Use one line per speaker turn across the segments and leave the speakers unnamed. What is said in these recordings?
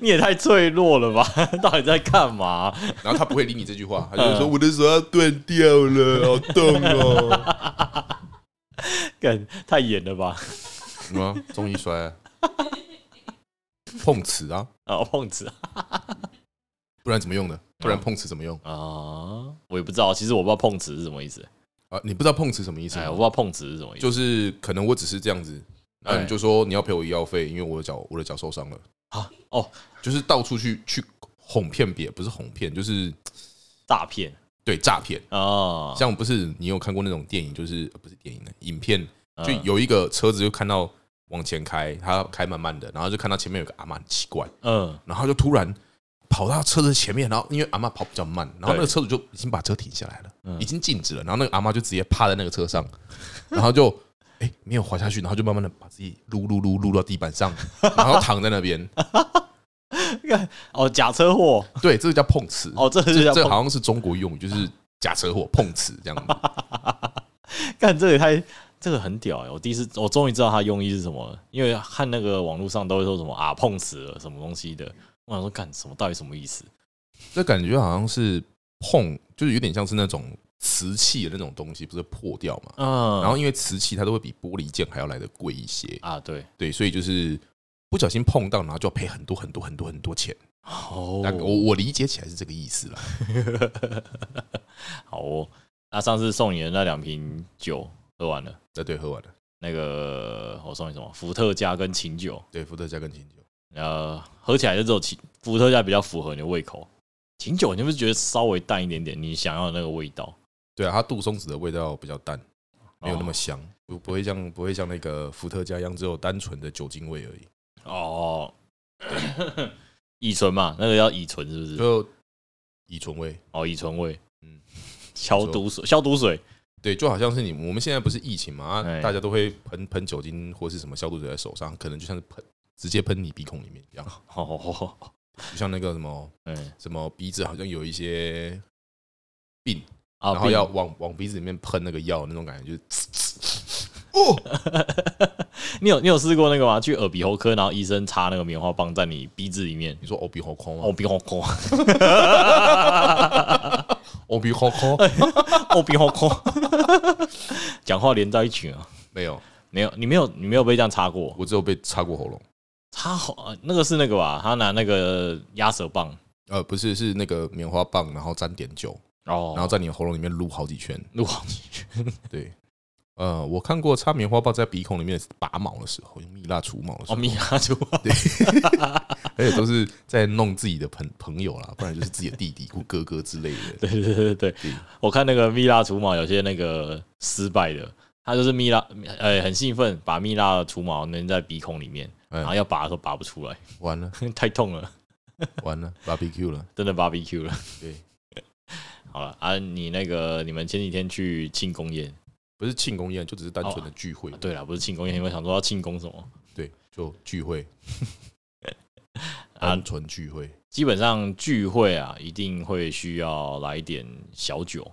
你也太脆弱了吧？ 到底在干嘛？
然后他不会理你这 句话，他就会说我的手要断掉了，好 痛哦。
干太演了吧？
什么？中医摔啊？碰瓷啊？
啊，碰瓷啊
不然怎么用呢？不然碰瓷怎么用
啊！我也不知道，其实我不知道碰瓷是什么意思。
啊？你不知道碰瓷什么意思
哎，
吗？
我不哎知道碰瓷是什么意思。
就是可能我只是这样子，那你就说你要赔我医药费，因为我的脚我的脚受伤了。
啊，哦，
就是到处去去哄骗别，不是哄骗，就是
诈骗
对诈骗。
啊，
像不是你有看过那种电影，就是呃不是电影的影片，
嗯
就有一个车子就看到往前开，他开慢慢的，然后就看到前面有个阿嬷很奇怪，
嗯
然后他就突然跑到车子前面，然后因为阿嬷跑比较慢，然后那个车主就已经把车停下来
嗯
了，已经静止了，然后那个阿嬷就直接趴在那个车上，然后就。哎、没有滑下去，然后就慢慢的把自己撸撸撸撸到地板上，然后躺在 那边。
哦，假车祸
对，这个叫碰瓷。
哦，这是
这
叫
这
碰
好像是中国用语，就是假车祸碰瓷这样子。
干，这个也太这个很屌哎！我第一次，我终于知道它用意是什么了，因为看那个网络上都会说什么啊碰瓷了什么东西的，我想说干什么到底什么意思？
这感觉好像是碰，就是有点像是那种瓷器的那种东西，不是破掉嘛？
嗯，
然后因为瓷器它都会比玻璃件还要来的贵一些，
啊对，
对，所以就是不小心碰到，然后就要赔很多很多很多很多钱。
哦
大概我我理解起来是这个意思啦。
好哦，那上次送你的那两瓶酒喝完了，
对对，喝完了，
那个我送你什么？伏特加跟琴酒，
对，伏特加跟清酒，
呃，喝起来就只有琴伏特加比较符合你的胃口，琴酒你不是觉得稍微淡一点点，你想要的那个味道
对啊，它杜松子的味道比较淡，没有那
哦
么香，不不会像不会像那个伏特加一样只有单纯的酒精味而已。
哦。乙醇嘛，那个叫乙醇是不是？
就乙醇味，
哦，乙醇味，嗯
嗯，
消毒水，消毒水，
对，就好像是你我们现在不是疫情嘛，啊
哎
大家都会喷喷酒精或是什么消毒水在手上，可能就像是喷直接喷你鼻孔里面 一样，
哦，
就像那个什么
嗯，
什么鼻子好像有一些病，
啊
然后
并
要往往鼻子里面喷那个药那种感觉，就是哦，
你有你有试过那个吗？去耳鼻喉科，然后医生插那个棉花棒在你鼻子里面，
你说哦鼻喉空
哦
吗？
鼻喉科，
哦鼻喉空
哦鼻喉科， 讲话连在一起啊。
没有，
没有，你没有，你没有被这样插过。
我只有被插过喉咙，
插好，呃那个是那个吧？他拿那个鸭舌棒，
呃，不是是那个棉花棒，然后沾点酒，
哦，
然后在你喉咙里面撸好几圈，
录好几句。
对。呃，我看过插棉花棒在鼻孔里面拔毛的时候，用蜜蜡除毛的时
哦，
候，
米拉猪，
而且都是在弄自己的朋朋友啦，不然就是自己的弟弟或哥哥之类的。
对对对对对，我看那个蜜蜡除毛有些那个失败的，他就是蜜蜡，呃，很兴奋，把蜜蜡除毛粘在鼻孔里面，
嗯
然后要拔都拔不出来，
完了，
太痛了，
完了，barbecue 了。
真的 BBQ 了。
对，
好了啊，你那个你们前几天去庆功宴，
不是庆功宴，就只是单纯的聚会
啊。对了，不是庆功宴，因为想说要庆功什么
对，就聚会，
啊
单？纯聚会。
基本上聚会啊，一定会需要来一点小酒，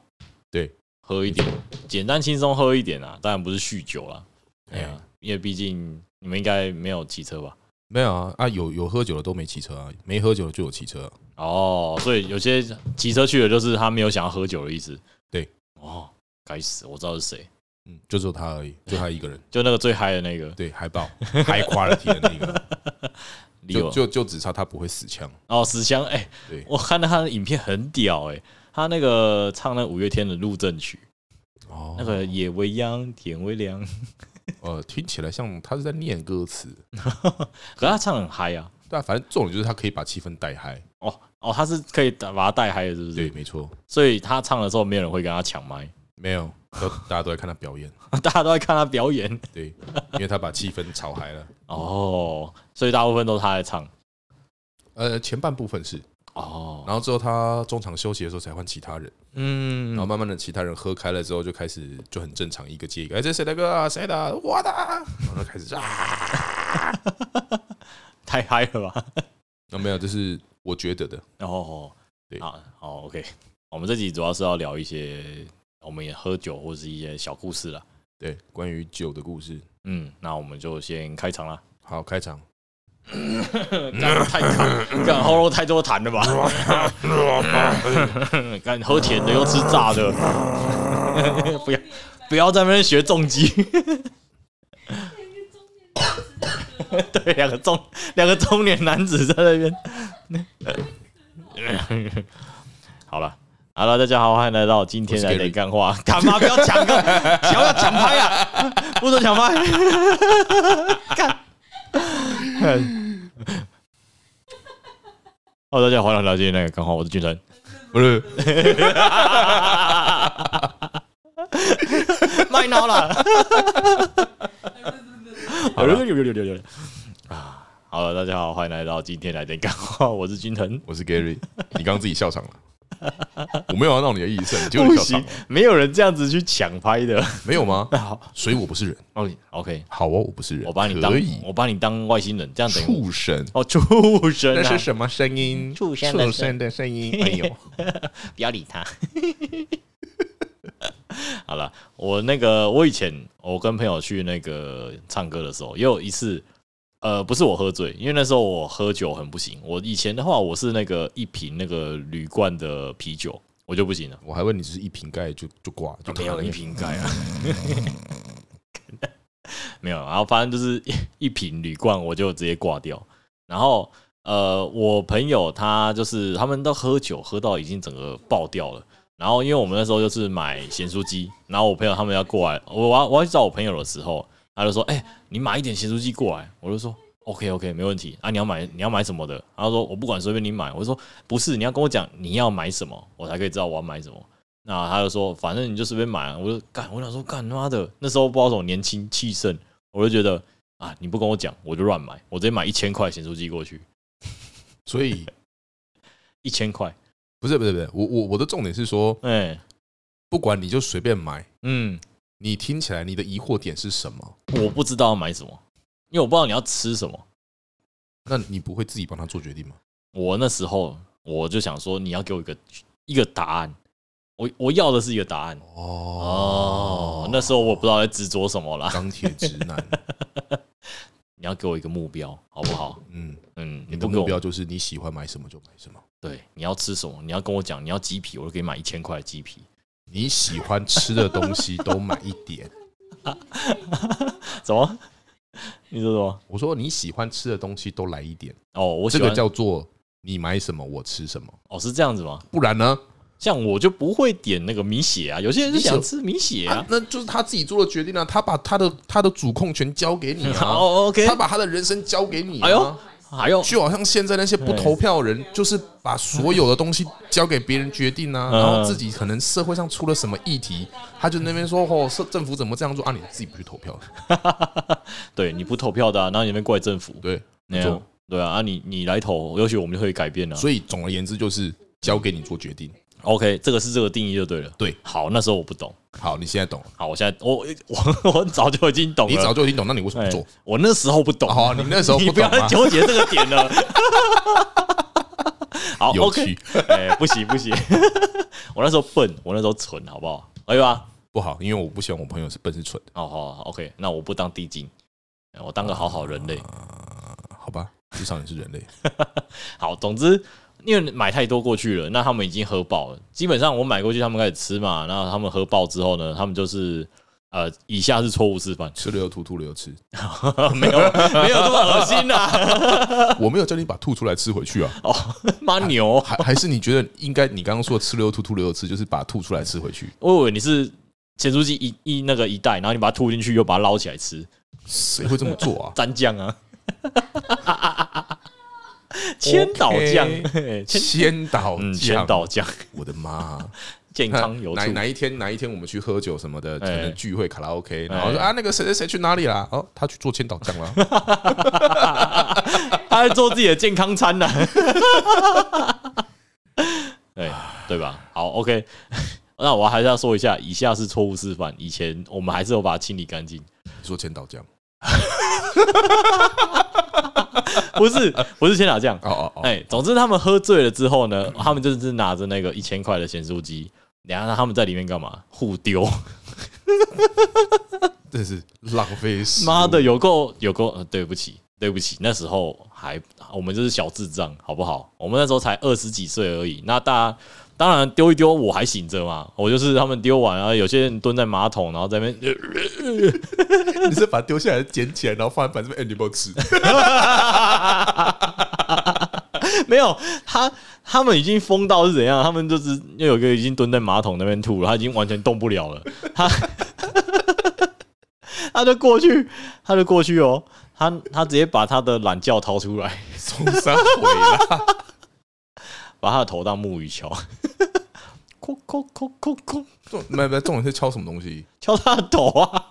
对，
喝一点，简单轻松喝一点啊，当然不是酗酒啦，哎呀
哎，
因为毕竟你们应该没有骑车吧？
没有啊啊，有有喝酒的都没骑车啊，没喝酒的就有骑车啊。
哦，所以有些骑车去的，就是他没有想要喝酒的意思。
对，
哦，该死，我知道是谁，
嗯，就只有他而 已，就他一个人。
就那个最嗨的那个
对，海 报 high quality 的那个，
李
就
友。
就就只差他不会死枪。
哦，死香，哎、
对
我看到他的影片很屌、哎，他那个唱那五月天的《路正曲》，
哦
那个野未央，田未凉，
呃，听起来像他是在念歌词，
可他唱很嗨啊。
但反正重点就是他可以把气氛带嗨。
哦哦，他是可以把他带嗨的，是不
对，
是？
没错，
所以他唱的时候，没有人会跟他抢麦，
没有，都大家都在看他表演。
大家都在看他表演。
对，因为他把气氛炒嗨了。
哦，所以大部分都是他在唱。
呃，前半部分是，
哦，
然后之后他中场休息的时候才换其他人，
嗯
然后慢慢的其他人喝开了之后就开始就很正常，一个接一个，哎，这谁的歌啊？谁的？我的啊。然后就开 始啊，
太嗨了吧？
那没有，这是我觉得的。
哦，
对
啊，好，OK，我们这集主要是要聊一些我们也喝酒或是一些小故事啦。
对，关于酒的故事。
嗯，那我们就先开场啦。
好，开场。
干太干，干喉咙太多痰了吧？干喝甜的又吃炸的， 不要不要在那边学重击。对，两个中两个中年男子在那边。好了，Hello，大家好，欢迎来到今天来点干话。干嘛不要抢个，想要抢拍啊？不准抢拍！干。哦，大家好，欢迎来到今天那个干话，我是俊成，
不是
卖脑了。好了，啊，好了，大家好，欢迎来到今天来点干话，我是君腾，
我是 Gary，你刚刚自己笑场了，我没有要闹你的意思，你就
不
笑场
行
了，，
没有人这样子去抢拍的。
没有吗？
好
所以我不是人，
，OK OK，
好哦，我不是人，
我把你当
可以
我把你当外星人，这样等于
畜生，
我哦畜生
那
啊
是，什么声音？
畜生的声
畜生的声音，哎 呦，
不要理他。 好了，我那个我以前我跟朋友去那个唱歌的时候，也有一次，呃，不是我喝醉，因为那时候我喝酒很不行。我以前的话，我是那个一瓶那个铝罐的啤酒，我就不行了，
我还问你，是一瓶盖就就挂，就
哦没有
躺
一
那边
瓶盖啊，嗯 没有。然后反正就是一一瓶铝罐，我就直接挂掉。然后呃，我朋友他就是他们都喝酒喝到已经整个爆掉了。然后因为我们那时候就是买咸酥鸡，然后我朋友他们要过来，我我要我要去找我朋友的时候，他就说：“哎、你买一点咸酥鸡过来。”我就说：“OK OK，没问题啊，你要买你要买什么的？”他说：“我不管，随便你买。”我就说：“不是，你要跟我讲你要买什么，我才可以知道我要买什么。”那他就说：“反正你就随便买。”我就干，我想说干妈的，那时候不知道怎么年轻气盛，我就觉得啊，你不跟我讲，我就乱买，我直接买一千块咸酥鸡过去，
所以
一千块，
不是不是不是，我我我的重点是说，
哎、
不管你就随便买，
嗯。
你听起来你的疑惑点是什么？
我不知道要买什么，因为我不知道你要吃什么。
那你不会自己帮他做决定吗？
我那时候我就想说，你要给我一个一个答案，我我要的是一个答案。哦，那时候我不知道在执着什么啦。
钢铁直 男，
你要给我一个目标，好不好？
嗯，
嗯，你
你
不
的
给
目
我
标就是你喜欢买什么就买什么，
对，你要吃什么？你要跟我讲，你要鸡皮，我就给你买一千块的鸡皮。
你喜欢吃的东西都买一 点。
怎么？ 你说什么？
我说你喜欢吃的东西都来一点，
哦，我
这
喜
个
欢
叫做你买什么我吃什么，
哦是这样子吗？
不然呢？
像我就不会点那个米血啊，有些人就
米血
想吃米血
啊
啊。
那就是他自己做的决定啊，他把他的他的主控权交给你 啊，
哦，OK，
他把他的人生交给你
哎呦
啊。
还有
就好像现在那些不投票的人，就是把所有的东西交给别人决定啊，
嗯
然后自己可能社会上出了什么议题，他就那边说哦，社政府怎么这样做啊？你自己不去投票，
对你不投票的、啊，然后你们怪政府，
对，
没
没
有
错。
对啊，啊你你来投，也许我们就会改变了、啊
所以总而言之就是交给你做决定。
OK，这个是这个定义就对了。
对，
好，那时候我不懂。
好，你现在懂了，
好，我现在我 我我很早就已经懂了。
你早就已经懂，那你为什么
哎
不做？
我那时候不懂。
哦，你那时候
你
不
不
懂
要再
吗？
纠结这个点 了。好
有
，OK，
趣，
哎、不行不行， 我那时候笨，我那时候蠢，好不好？哎可以吧？
不好，因为我不希望我朋友是笨是蠢的，
哦好好好，OK，那我不当地精，哎我当个好好人类。
哦好吧？至少你是人类，
好，总之因为买太多过去了，那他们已经喝爆了。基本上我买过去，他们开始吃嘛，然后他们喝爆之后呢，他们就是呃，以下是错误示 范，
吃了又吐，吐了又吃。
没有没有这么恶心
啊
啦、
我没有叫你把吐出来吃回去啊，
哦，妈牛！
还 还是你觉得应该你刚刚说的吃了又吐，吐了又吃，就是把吐出来吃回去？
我以为你是咸酥鸡一一那个一袋，然后你把它吐进去，又把它捞起来吃，
谁会这么做啊？
蘸酱啊， 千岛酱，嘿千
千岛
嗯千
酱，
岛 酱，
我的妈！
健康油
哪
醋，
哪一天哪一天我们去喝酒什么的，可
哎
能聚会卡拉 OK，然后
哎
说啊那个谁谁谁去哪里啦？哦，他去做千岛酱了。
他在做自己的健康 餐呢、啊对哎对吧？好，OK。那 我还是要说一下，以下是错误示范。以前我们还是有把它清理干净，
你说千岛酱，
不 是不是千岛酱。
哦哦哦，
哎，总之他们喝醉了之后呢，他们就是拿着那个一千块的咸酥鸡，然后他们在里面干嘛？互丢，
真是浪费食物
妈的，，有够有够、呃对不起，对不起，那时候还我们就是小智障，好不好？我们那时候才二十几岁而已，那大家。当然丢一丢，我还醒着嘛。我就是他们丢完，然后有些人蹲在马桶，然后在那边
你是把它丢下来捡起来，然后放在盘子上面，哎，你有没有吃？
没有，他他们已经疯到是怎样？他们就是又有一个已经蹲在马桶那边吐了，他已经完全动不了了。 他他就过去，他就过去哦，他他直接把他的懒觉掏出来，
送上回啦，
把他的头当木鱼 敲，哐哐哐哐哐，
重 没有没有，重点是敲什么东西？
敲他的头啊！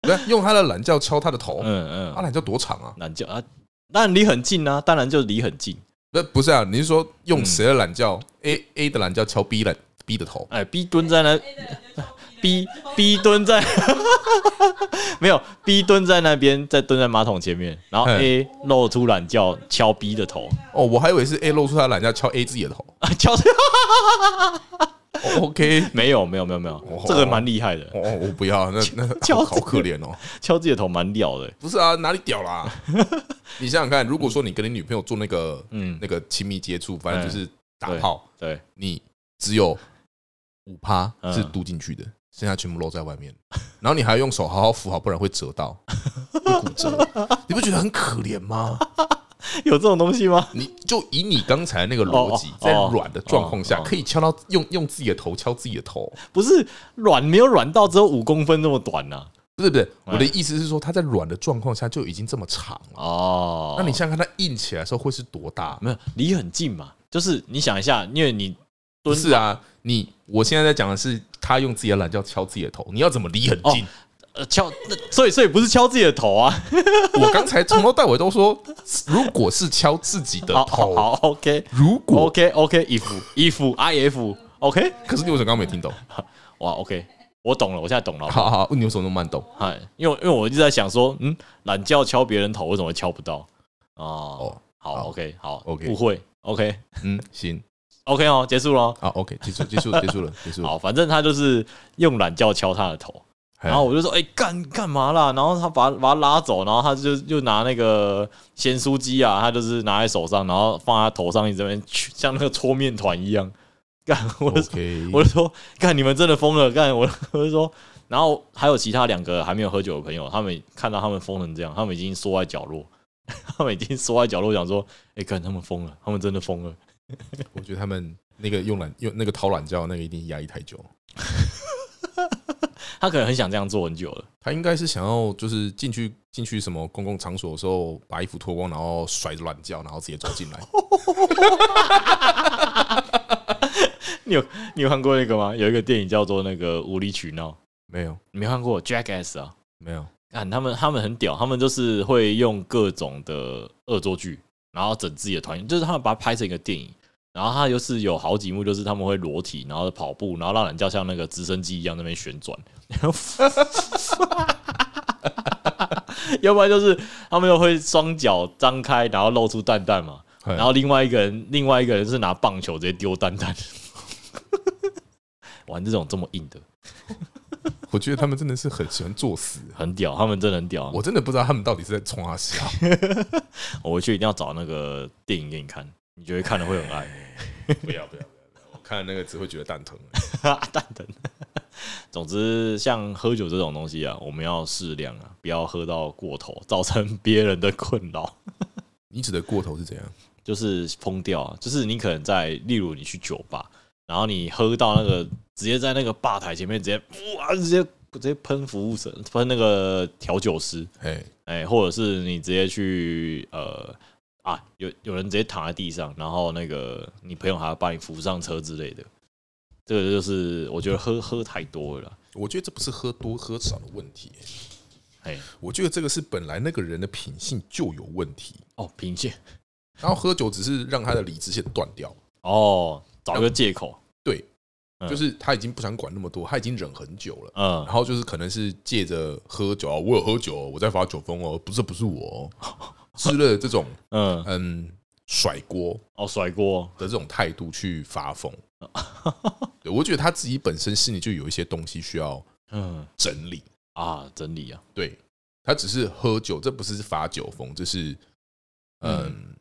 不是用他的懒觉敲他的头，
嗯
他
嗯，
懒觉多长哦啊？
懒觉啊，当然离很近啊，当然就离很近。
不不是啊，你是说
嗯
用谁的懒觉？A A 的懒觉敲 B 懒 B 的头，
哎，B 蹲在那，B B 蹲在， 没有 B 蹲在那边，再蹲在马桶前面，然后
嗯
A 露出懒觉敲 B 的头，
哦，我还以为是 A 露出他的懒觉敲 A 自己的头。
啊，敲
哦 OK，
没有没有没有没有
哦，
这个蛮厉害的，
哦，我不要，那那
敲
好好可怜哦。
敲自己的头蛮屌的，
不是啊，哪里屌啦？你想想看，如果说你跟你女朋友做那个
嗯，哎
那个亲密接触，反正就是打炮，
对，
你只有五趴
嗯
是嘟进去的，剩下全部露在外面。然后你还要用手好好扶好，不然会折到，会骨折。你不觉得很可怜吗？
有这种东西吗？
你就以你刚才那个逻辑
哦哦，
在软的状况下
哦，哦
可以敲到用用自己的头敲自己的头，
不是软没有软到只有五公分那么短呐，
不是不是，
哎
我的意思是说，它在软的状况下就已经这么长了。
哦，
那你想想看，它硬起来的时候会是多大？
没有离很近嘛？就是你想一下，因为你
不
蹲
是啊，你我现在在讲的是他用自己的懒觉敲自己的头，你要怎么离很近？
呃敲，那所以所以不是敲自己的头啊，
我刚才从头到尾都说，如果是敲自己的
好好哦
头，
好，OK。
如果
OK OK if if I F OK
可是你为什么刚刚没听懂？
哇 OK 我懂了，我现在懂了。
好好，你为什么那么慢懂？
嗨，因为因为我一直在想说，嗯，懒觉敲别人头为什么敲不到？哦，
哦，
好
好
OK 好
OK
误会 OK
嗯，行
OK 哦，结束了。
啊，OK，结束，结 束，结束了，结束了。
好，反正他就是用懒觉敲他的头，
嘿，
然后我就说，哎、干干嘛啦？然后他把把他拉走，然后他就又拿那个咸酥鸡啊，他就是拿在手上，然后放在头上，一直在那边去像那个搓面团一样。 干，我就
OK，
我就说，看你们真的疯了，干我，我就说，然后还有其他两个还没有喝酒的朋友，他们看到他们疯成这样，他们已经缩在角落， 他们已经缩在角落，想说，哎、看他们疯了，他们真的疯了，
我觉得他们那个用懒用那个掏懒觉那个一定压抑太久，
他可能很想这样做很久了，
他应该是想要就是进去进去什么公共场所的时候，把衣服脱光，然后甩着懒觉，然后直接走 进来。
你有看过那个吗？有一个电影叫做那个无理取闹，
没有，
你没看过 Jackass 啊？
没有，
看他们，他们很屌，他们就是会用各种的恶作剧，然后整自己的团员，就是他们把它拍成一个电影。然后他就是有好几幕，就是他们会裸体，然后跑步，然后让人家像那个直升机一样在那边旋转， 然后要不然就是他们又会双脚张开，然后露出蛋蛋嘛。
然
然后另外一个人，另外一个人是拿棒球直接丢蛋 蛋，玩这种这么硬的，
我觉得他们真的是很喜欢作死，
很屌，他们真的很屌。啊
我真的不知道他们到底是在冲啊笑。
我回去一定要找那个电影给你看，你觉得看了会很 爱。
不要不要不要！我看那个只会觉得蛋疼。
蛋疼。总之，像喝酒这种东西啊，我们要适量啊，不要喝到过头，造成别人的困扰。
你指的过头是怎样？
就是疯掉啊，就是你可能在，例如你去酒吧，然后你喝到那个，直接在那个吧台前面直接哇，直接直接喷服务生，喷那个调酒师，
哎，
哎、或者是你直接去呃啊，有有人直接躺在地上，然后那个你朋友还要把你扶上车之类的，这个就是我觉得喝喝太多了啦，
我觉得这不是喝多喝少的问题、
哎、
我觉得这个是本来那个人的品性就有问题，
哦，贫血
然后喝酒只是让他的理智线断掉。
哦，找一个借口，
对，
嗯
就是他已经不想管那么多，他已经忍很久了。
嗯
然，后就是可能是借着喝酒啊，我有喝酒哦、我在发酒疯哦，不是不是我哦、炙热的这种
嗯，
嗯甩锅
哦，甩锅，
的这种态度去发疯。对，我觉得他自己本身心里就有一些东西需要
嗯
整理。
啊，整理啊，
对他只是喝酒，这不是罚酒疯，这是嗯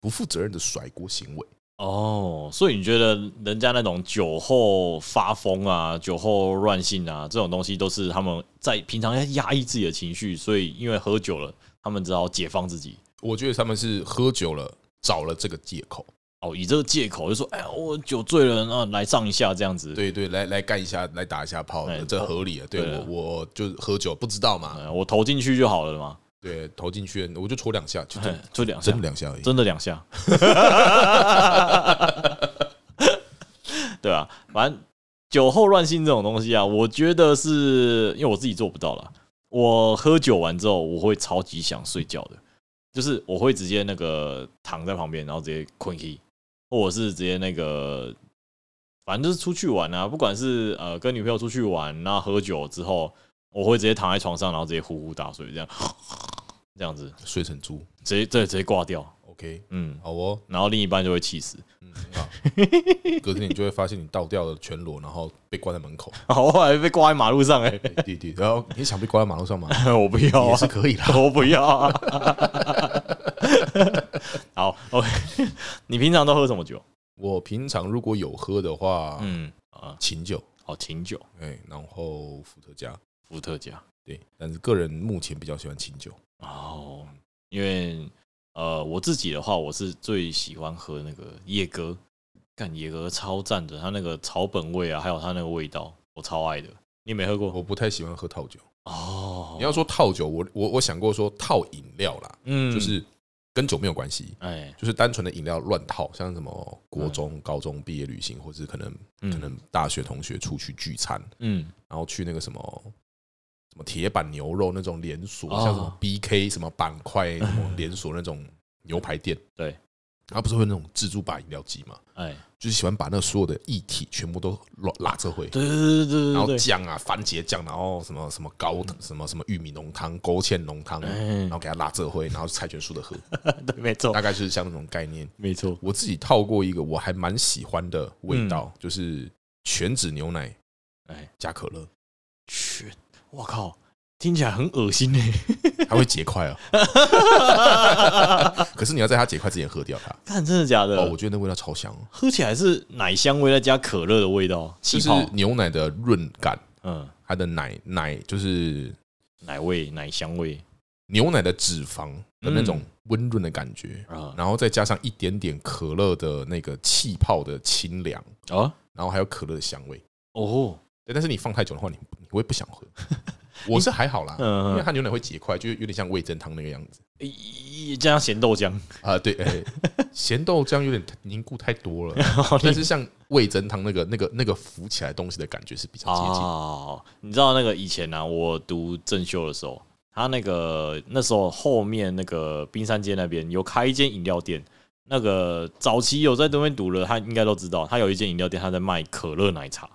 不负责任的甩锅行为。
哦，所以你觉得人家那种酒后发疯啊、酒后乱性啊这种东西，都是他们在平常要压抑自己的情绪，所以因为喝酒了，他们只好解放自己。
我觉得他们是喝酒了，找了这个借口。
哦，以这个借口就说，哎呀，我酒醉了，那来上一下这样子。，
对对，来来干一下，来打一下炮
哎，
这合理啊。对
对啊嗯
我，我就喝酒不知道嘛，
我投进去就好了嘛，
对，投进去我就戳两下，就
嘿就两下
真的，两下而已。
真的两下。 对啊，反正酒后乱性这种东西啊，我觉得是因为我自己做不到啦。我喝酒完之后，我会超级想睡觉的，就是我会直接那个躺在旁边，然后直接困起，或者是直接那个，反正就是出去玩啊，不管是呃跟女朋友出去玩，然后喝酒之后，我会直接躺在床上，然后直接呼呼大睡，这样 这样子，
睡成猪
直接对直接挂掉，
，OK，
嗯，
好哦，
然后另一半就会气死，
嗯，很 好。隔天你就会发现你倒掉了全裸，然后被挂在门 口。
然后我后来被挂在马路上、欸，
哎弟弟，然后你想被挂在马路上 吗？
哎，我不要
也
啊
是，可以 啦。
我不要啊。好，OK，你 平常都喝什么酒？
我平常如果有喝的话，
嗯啊，
琴酒，
好，琴酒、
哎，然后伏特加，
伏特加。
对。但是个人目前比较喜欢琴酒，
哦，因为呃，我自己的话，我是最喜欢喝那个野格，干野格超赞的，它那个草本味啊，还有它那个味道，我超爱的。你没喝过？
我不太喜欢喝套酒。
哦
你，要说套酒，我我我想过说套饮料啦，
嗯
就是跟酒没有关系。
哎，
就是单纯的饮料乱套，像什么国中、高中毕业旅行，或是可能
嗯
可能大学同学出去聚餐，
嗯，
然后去那个什么什么铁板牛肉那种连锁，
哦
像什么 BK 什么板块什 么连锁那种牛排店，
对，
然后不是会有那种自助把饮料机嘛，
哎，
就是喜欢把那所有的液体全部都拉拉这回。
对对对对
然
对
后
对对，
酱啊，番茄酱，然后什么什么高什么什么玉米浓汤、勾芡浓汤，
哎
然后给它拉这灰，然后菜全素的喝，
对，没错
大，概就是像那种概念。
没错。
我自己套过一个我还蛮喜欢的味道，就是全脂牛奶
嗯哎，
加可乐，
去，我靠，听起来很恶心呢。
它会结块 啊。可是你要在它结块之前喝掉它。
看，真的假的？
哦，我觉得那味道超香，
喝起来是奶香味再加可乐的味道，
就
气
是
泡，
牛奶的润感，
嗯，
它的奶奶就是
奶味、奶香味
牛奶的脂肪的那种温润的感觉，
啊
然后再加上一点点可乐的那个气泡的清凉，
啊
然后还有可乐的香味。
哦，
对，但是你放太久的话，你你会不想 喝。我是还好啦，
嗯
因为它牛奶会结块，就有点像味噌汤那个样子。
一一加上咸豆浆，
啊，对，哎咸豆浆有点凝固太多了，
哦
但是像味噌汤那个那个那个浮起来东西的感觉是比较接近。
哦，你知道那个以前呢、啊，我读正修的时候，他那个那时候后面那个冰山街那边有开一间饮料店。那个早期有在那边读了，他应该都知道，他有一间饮料店，他在卖可乐奶茶。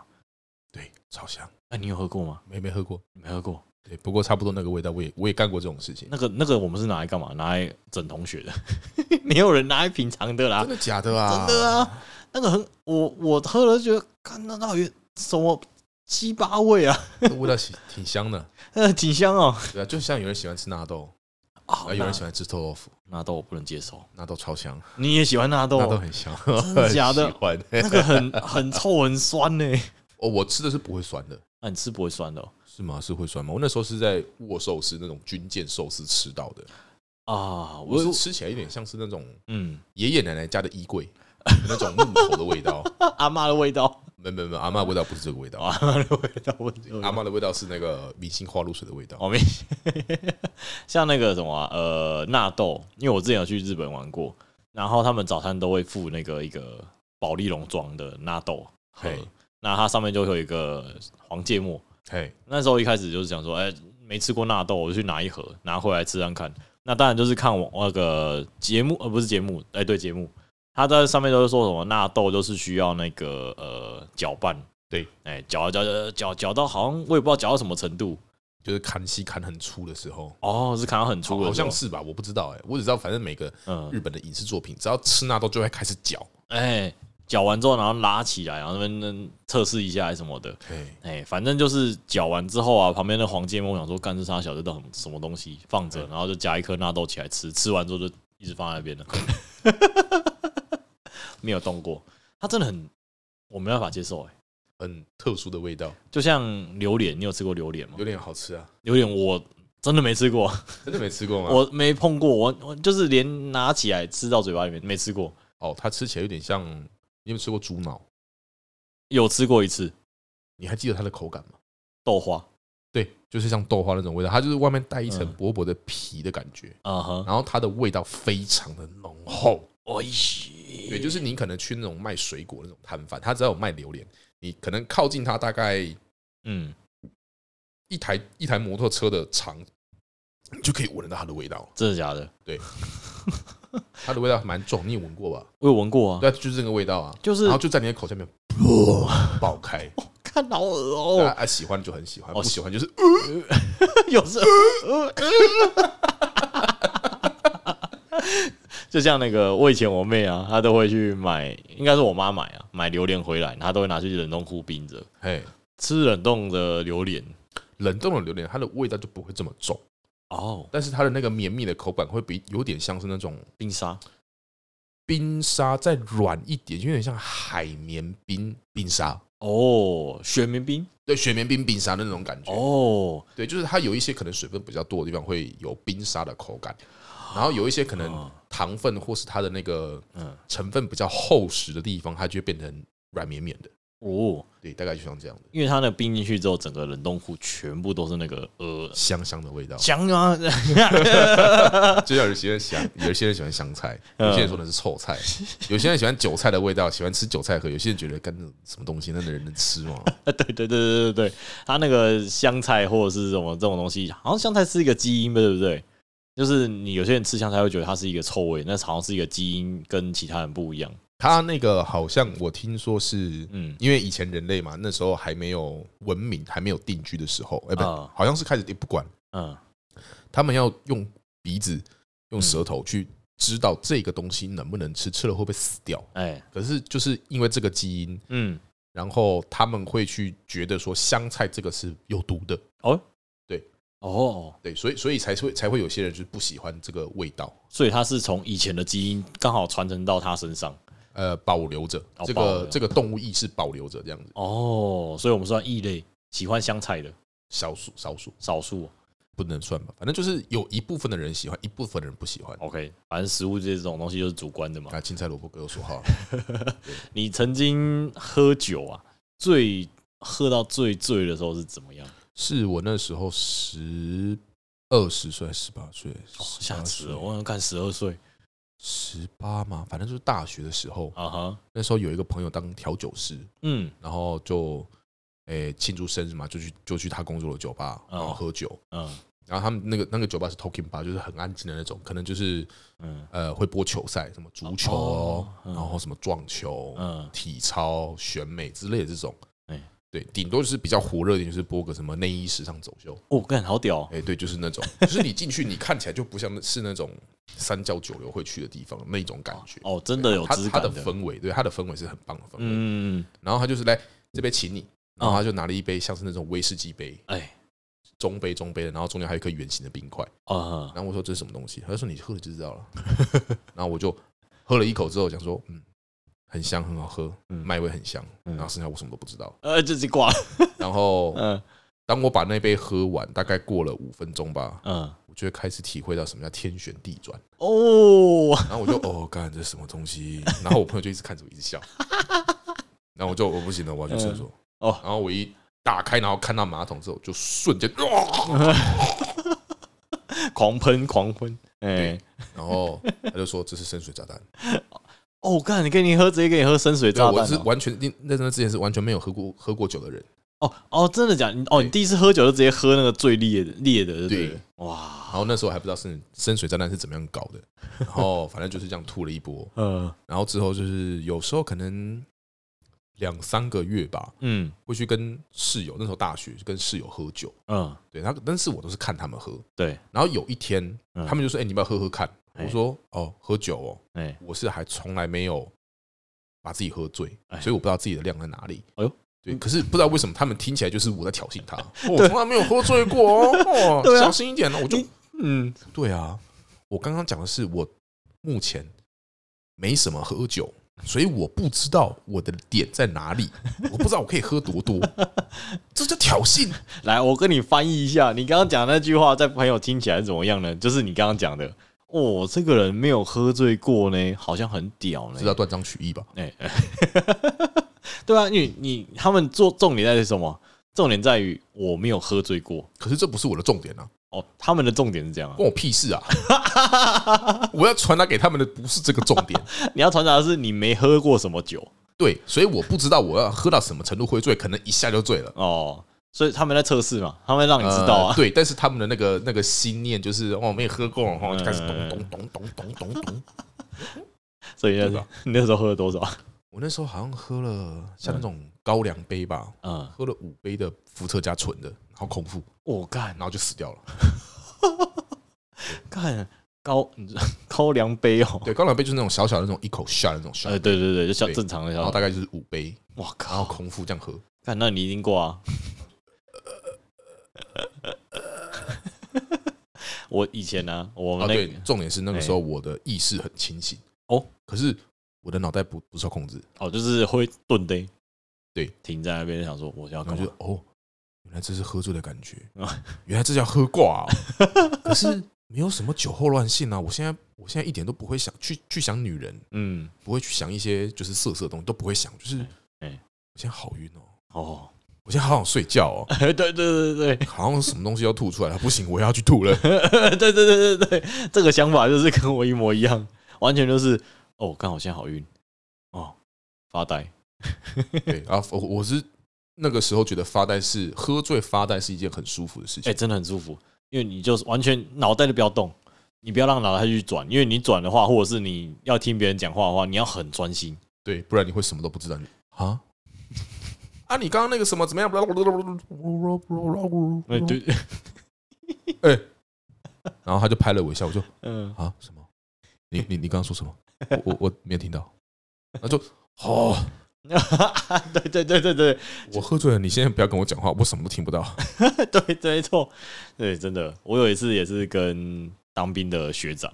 对，超香，
哎、你有喝过吗？
没没喝过。
你没喝过？
对，不过差不多那个味道，我也我也干过这种事情。
那个那个，我们是拿来干嘛？拿来整同学的， 没有人拿来品尝的啦
真。的假的啊？
真的啊，那个很我我喝了就觉得，看那到底什么鸡巴味啊，
那味道挺挺香的。
呃，挺香哦。
对啊，就像有人喜欢吃纳豆，
啊
啊，有人喜欢吃臭豆腐，
纳豆我不能接受，
纳豆超香，
你也喜欢纳豆
纳
哦？
豆很香，
真的假的
很喜欢。
那个很很臭很酸呢、
哦，我吃的是不会酸的。
那、你吃不会酸的哦
是吗？是会酸吗？我那时候是在握寿司那种军舰寿司吃到的，
啊？我
我是吃起来有点像是那种
嗯，
爷爷奶奶家的衣柜那种木头的味道。
阿妈的味道，
没没没，阿妈味道不是这个味 道，
阿妈的味道，我知道
阿妈的味道是那个明星花露水的味道。
我没 像那个什么啊、呃纳豆，因为我之前有去日本玩过，然后他们早餐都会附那个一个保利龙装的纳豆喝
嘿，
那它上面就会有一个黄芥末。
嘿，
那时候一开始就是想说，哎、没吃过纳豆，我就去拿一盒拿回来吃看看。那当然就是看我那个节目，呃，不是节目，哎、对节目，他在上面都是说什么纳豆就是需要那个呃搅拌，啊
对，
哎、搅搅搅搅搅到好像我也不知道搅到什么程度，
就是砍戏砍很粗的时候，
哦，是砍到很粗
好
的，
好像，是吧？我不知道哎、我只知道反正每个
嗯，
日本的影视作品，只要吃纳豆就会开始嚼。
哎，搅完之后然后拉起来，然后那边嗯测试一下还是什么的，
哎，
哎，反正就是搅完之后啊，旁边的黄芥末我想说干这啥小这到什么什么东西放着，然后就夹一颗纳豆起来吃，吃完之后就一直放在那边了，没有动过，它真的很我没办法接受哎、
很特殊的味道，
就像榴莲，你有吃过榴莲吗？
有点好吃啊！
榴莲我真的没吃过，
真的没吃过吗？
我没碰过，我我就是连拿起来吃到嘴巴里面没吃过，
哦，它吃起来有点像，你有没有吃过猪脑？
有吃过一次
你还记得它的口感吗？
豆花，
对，就是像豆花那种味道，它就是外面带一层
嗯
薄薄的皮的感觉，
嗯哼，
然后它的味道非常的浓厚。
我
对，就是你可能去那种卖水果那种摊贩，他只要有卖榴莲，你可能靠近它大概
嗯，
一台一台摩托车的长，你就可以闻得到它的味道。
真的假的？
它的味道蛮重，你也闻过吧？
我有闻过啊，
对啊，就是这个味道啊，
就是
然后就在你的口下面爆开。
看老恶
对啊
哦，
啊，喜欢就很喜欢，
哦
不喜欢就是
有时候，就像那个我以前我妹啊，她都会去买，应该是我妈买啊，买榴莲回来，她都会拿去冷冻库冰着，
哎，
吃冷冻的榴莲
冷冻的榴莲它的味道就不会这么重，
哦，
但是它的那个绵密的口感会比有点像是那种
冰沙
冰沙再软一点，有点像海绵冰冰沙，
哦，雪绵冰
对，雪绵冰冰沙的那种感觉。
哦，
对，就是它有一些可能水分比较多的地方会有冰沙的口感，然后有一些可能
哦
糖分或是它的那个
嗯
成分比较厚实的地方，它就会变成软绵绵的。
哦，
对，大概就像这样的
因为它那冰进去之后，整个冷冻库全部都是那个呃
香香的味 道。
香啊，
就像有些人喜欢，有些人喜欢香菜，
嗯
有些人说的是臭菜，有些人喜欢韭菜的味道，喜欢吃韭菜盒，有些人觉得干那种什么东西，那人能吃 吗？
对对对对对对，它那个香菜或者是什么这种东西，好像香菜是一个基因的，对不对？就是你有些人吃香菜会觉得它是一个臭味，那好像是一个基因跟其他人不一样。
他那个好像我听说是
嗯，
因为以前人类嘛，那时候还没有文明，还没有定居的时候，哎，不
啊，
好像是开始也不管，
嗯，
他们要用鼻子、用舌头去知道这个东西能不能吃，吃了会不会死掉。
哎，
可是就是因为这个基因，
嗯，
然后他们会去觉得说香菜这个是有毒的，
哦，
对，所以所以才会才会有些人就是不喜欢这个味道，
所以它是从以前的基因刚好传承到它身上。
呃，保留着
哦
这
保留
个这个动物意识保留着这样子，
哦，所以我们算异类，喜欢香菜的
少数少数
少数。
不能算吧，反正就是有一部分的人喜欢，一部分人不喜欢。
OK，反正食物这种东西就是主观的嘛。
啊，青菜萝卜各有所好，
你曾经喝酒啊，最喝到最醉的时候是怎么样？
是我那时候十二十岁，十八岁，
哦，
18
吓死
岁
了！我想看十二岁
十八嘛，反正就是大学的时候，
啊哈，
那时候有一个朋友当调酒师，
嗯，
然后就诶庆、祝生日嘛，就去就去他工作的酒吧，然后
哦
喝酒。
嗯
然后他们那个那个酒吧是 talking bar，就是很安静的那种，可能就是
嗯
呃会播球赛，什么足球，
哦嗯
然后什么撞球、
嗯
体操、选美之类的这种
哎。
对，顶多就是比较火热一点，就是播个什么内衣时尚走秀，
哦，干好屌哦、
哎、对，就是那种，就是你进去，你看起来就不像是那种三教九流会去的地方那种感觉。
哦，真的有
它
质
它
感
的氛围，对它的氛围是很棒的氛围。
嗯，
然后他就是来这边请你，然后他就拿了一杯像是那种威士忌杯，
哎
中杯中杯的，然后中间还有一颗圆形的冰块。
啊，
然后我说这是什么东西？他就说你喝了就知道了。 然后我就喝了一口之后，想说嗯，很香，很好喝，
嗯
麦味很香。
嗯
然后剩下我什么都不知道。
呃，自己挂了，
然后
嗯
当我把那杯喝完，大概过了五分钟吧，
嗯，
我就会开始体会到什么叫天旋地转。
哦，
然后我就哦，干这是什么东西？然后我朋友就一直看着我，一直笑。 然后我就我不行了，我要去厕所。
嗯哦
然后我一打开，然后看到马桶之后，就瞬间，
狂喷狂喷，哎、
然后他就说这是深水炸弹。
哦，干，你给你喝，直接给你喝深水
对，
炸弹
我是
哦、
完全那那之前是完全没有喝过喝过酒的人。
哦哦，真的假的？你哦，你第一次喝酒就直接喝那个最烈的烈的，对不对？
对
哇，
然后那时候还不知道深深水炸弹是怎么样搞的。然后反正就是这样吐了一波。
呃，
然后之后就是有时候可能两三个月吧，
嗯
会去跟室友，那时候大学就跟室友喝酒，
嗯，
对，然后但是我都是看他们喝，
对，
然后有一天
嗯
他们就说：“哎，你要不要喝喝看？”
哎
我说：“哦，喝酒哦，
哎，
我是还从来没有把自己喝醉，
哎
所以我不知道自己的量在哪里。”
哎呦。
对，可是不知道为什么他们听起来就是我在挑 衅他，哦我从来没有喝醉过哦，
对啊
哦小心一点呢。我就
你嗯，
对啊，我刚刚讲的是我目前没什么喝酒，所以我不知道我的点在 哪里，我不知道我可以喝多多，这叫挑衅。
来，我跟你翻译一下，你刚刚讲的那句话在朋友听起来是怎么样呢？就是你刚刚讲的，哦，这个人没有喝醉过呢，好像很屌
知道
呢。
断章取义吧？
哎，哎对啊，你你他们做重点在于什么？重点在于我没有喝醉过。
可是这不是我的重点啊，
哦，他们的重点是这样啊
关我屁事啊！ 我要传达给他们的不是这个重点，
你要传达的是你没喝过什么酒
对，所以我不知道我要喝到什么程度会醉，可能一下就醉了。
哦，所以他们在测试嘛，他们让你知道
呃
啊。
对，但是他们的那个那个心念就是哦，没有喝过哦，就开始
嗯
咚咚咚咚咚咚咚。
所以那时候
对吧
你那时候喝了多少？
我那时候好像喝了像那种高粱杯吧，
嗯，
喝了五杯的伏特加纯的，然后空腹，
我干
然后就死掉了。
干高 高粱杯哦。
对，高粱杯就是那种小小的那种一口下的那种小
呃，，对对对，就像
对
正常的
然
小
后。大概就是五杯，
我
然后
靠！
空腹这样喝。
干，那你一定过啊。 我以前呢、我
啊，
们那
对
个、，哎
重点是那个时候我的意识很清醒
哦，
可是我的脑袋不不受控制，
哦，就是会顿呆，
对，
停在那边想说我要
然
干
后
嘛
就？哦，原来这是喝醉的感觉
啊，
原来这叫喝挂、啊。 可是没有什么酒后乱性啊，我现在我现在一点都不会想去去想女人，
嗯，
不会去想一些就是色色的东西，都不会想，就是
哎
我现在好晕哦，
哦，
我现在好想睡觉哦，
对对对对 对
好像有什么东西要吐出来了，不行，我要去 吐了。
对对对对对，这个想法就是跟我一模一样，完全就是哦，刚好现在好晕哦，发呆，
对，然后我我是那个时候觉得发呆是喝醉发呆是一件很舒服的事
哎、
情，
真的很舒服，因为你就是完全脑袋就不要动，你不要让脑袋去转，因为你转的话，或者是你要听别人讲话的话，你要很专心。
对，不然你会什么都不知道。你啊 啊，你刚刚那个什么怎么样？
哎，对，
然后他就拍了我一下，我就
嗯，
啊什么？你你你刚刚说什么？我我我没有听到。那就哦，
对对对对 对，
我喝醉了，你现在不要跟我讲话，我什么都听不到。
对，没错，对，真的，我有一次也是跟当兵的学长，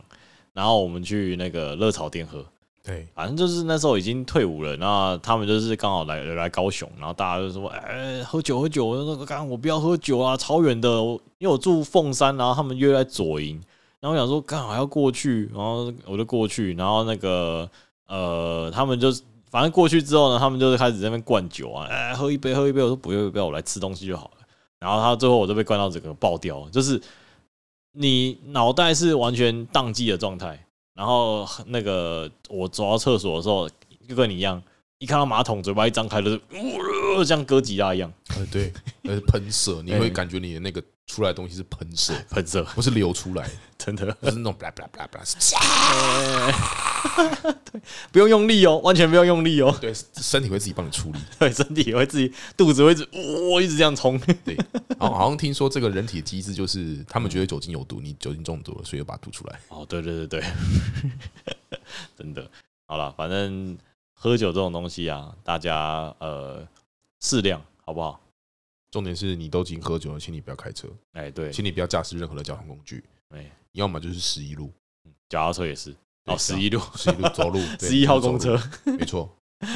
然后我们去那个热炒店喝，
对，
反正就是那时候已经退伍了，那他们就是刚好来来高雄，然后大家就说，哎、喝酒喝酒，我那个干我不要喝酒啊，超远的，我因为我住凤山，然后他们约在左营，然后我想说刚好要过去，然后我就过去，然后那个呃，他们就是反正过去之后呢，他们就是开始在那边灌酒啊，哎、喝一杯喝一杯，我说不要不要，我来吃东西就好了，然后他最后我就被灌到整个爆掉，就是你脑袋是完全宕机的状态。然后那个我走到厕所的时候，就跟你一样，一看到马桶，嘴巴一张开就是，呃、像哥吉拉一样
呃对，呃喷射，你
哎
会感觉你的那个出来的东西是喷射，
喷射，
不是流出来，
真的、
不是那种 blah blah blah blah，是
哎 对，不用用力哦，完全不用用力哦，
对，身体会自己帮你处理。
对，身体也会自己，肚子会一直，我、一直这样冲，
好，好像听说这个人体的机制就是他们觉得酒精有毒，你酒精中毒了，所以要把它吐出来。
哦，对对对对， 真的，好了，反正喝酒这种东西啊，大家呃适量好不好？
重点是你都已经喝酒了，请你不要开车，
哎，对，
请你不要驾驶任何的交通工具。
哎，
你要么就是十一路，
嗯脚踏车也是，
对
哦，十一路，
十一路走 路，对
十一号公，车
走，路没错，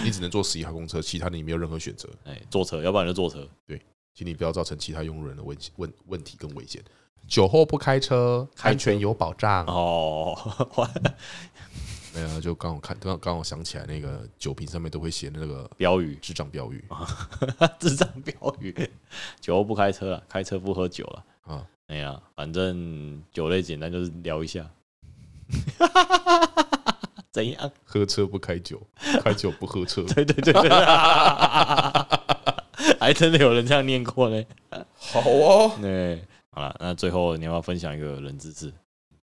你只能坐十一号公车，其他的你没有任何选择。
哎，坐车，要不然就坐车。
请你不要造成其他用路人的问问问题跟危险。酒后不开车，
开车
安全有保障。
哦，
嗯没有，就刚好看，刚刚好想起来那个酒瓶上面都会写那个
标语，
智障标语
智障标语，酒后不开车了，开车不喝酒了。
啊。
哎呀，反正酒类简单就是聊一下， 怎样？
喝车不开酒，开酒不喝车。
对对对 对，还真的有人这样念过呢。
好哦。
对，好了，那最后你要不要分享一个人知识？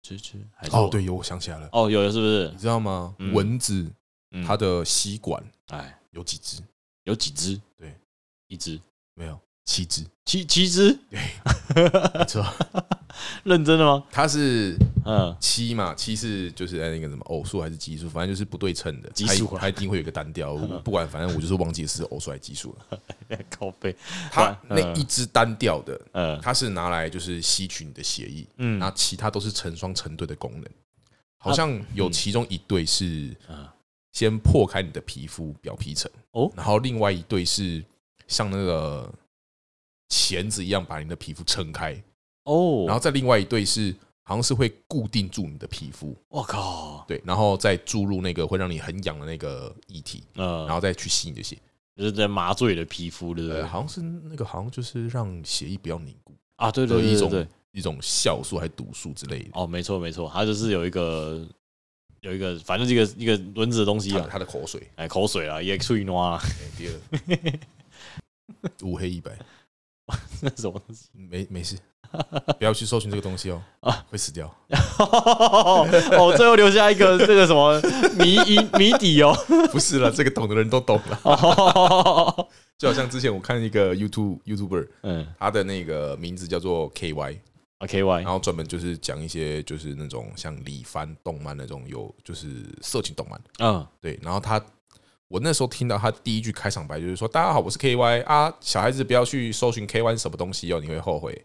知识还是我
哦，对，有我想起来了，
哦，有了是不是
你？知道吗
嗯？
蚊子
嗯
它的吸管
哎，
有几只？
有几只？
对，
一只、
没有七只，
七七只，
没 错，
认真的吗？
它是
嗯，
七嘛，七是就是那个什么偶数还是奇数，反正就是不对称的，
奇数啊
它它一定会有一个单 调，我不管，反正我就是忘记是偶数还是奇数了。
靠背，
它那一只单调的，
嗯
它是拿来就是吸取你的血液，
嗯
那其他都是成双成对的功能。好像有其中一对是
嗯
先破开你的皮肤表皮层，
哦
然后另外一对是像那个钳子一样把你的皮肤撑开，
哦，
然后再另外一对是好像是会固定住你的皮肤，
我靠，
对，然后再注入那个会让你很痒的那个液体，然
嗯，
后再去吸你的血。
就是在麻醉你的皮肤，对不对
呃，？好像是那个，好像就是让血液不要凝固
啊，对对
的一
对对
种
对，
一种酵素还是毒素之类的。
哦，没错没错，它就是有一个有一个，反正这个一个轮子的东西
他
啊
的，他的口水，
哎，口水啊，也出一挪啊，
哎第二五黑一白，
那什么东西？
没没事，不要去搜寻这个东西哦，
啊
会死掉。
哦，最后留下一个 这个什么谜疑谜底哦。
不是了，这个懂的人都懂了。就好像之前我看一个 YouTube YouTuber，
嗯
他的那个名字叫做 KY，
，OK
然
Y，
后专门就是讲一些就是那种像李帆动漫那种有就是色情动漫。
嗯，
对，然后他，我那时候听到他第一句开场白就是说：“大家好，我是 KY 啊，小孩子不要去搜寻 KY 是什么东西哦，你会后悔。”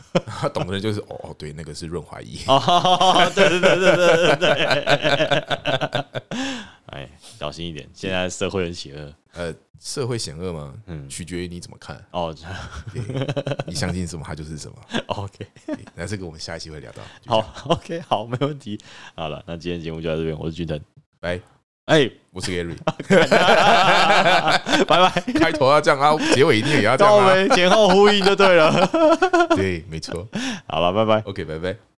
他懂的人就是哦哦，对，那个是润滑液。
哦，对对对对对对对。 哎，小心一点，现在社会很邪恶。
呃，社会险恶吗？
嗯
取决于你怎么看，
哦
对你相信什么，它就是什么。
，OK，
对那这个我们下一期会聊到。就这样，
好，OK，好， 没问题。好了，那今天节目就到这边，我是君腾。
来，
哎，
我是 Gary，
拜拜。
开头要这样啊，结尾一定也要这
高
样啊。
维前后呼应就对了。
对，没错。
好了，拜拜。
OK，拜拜。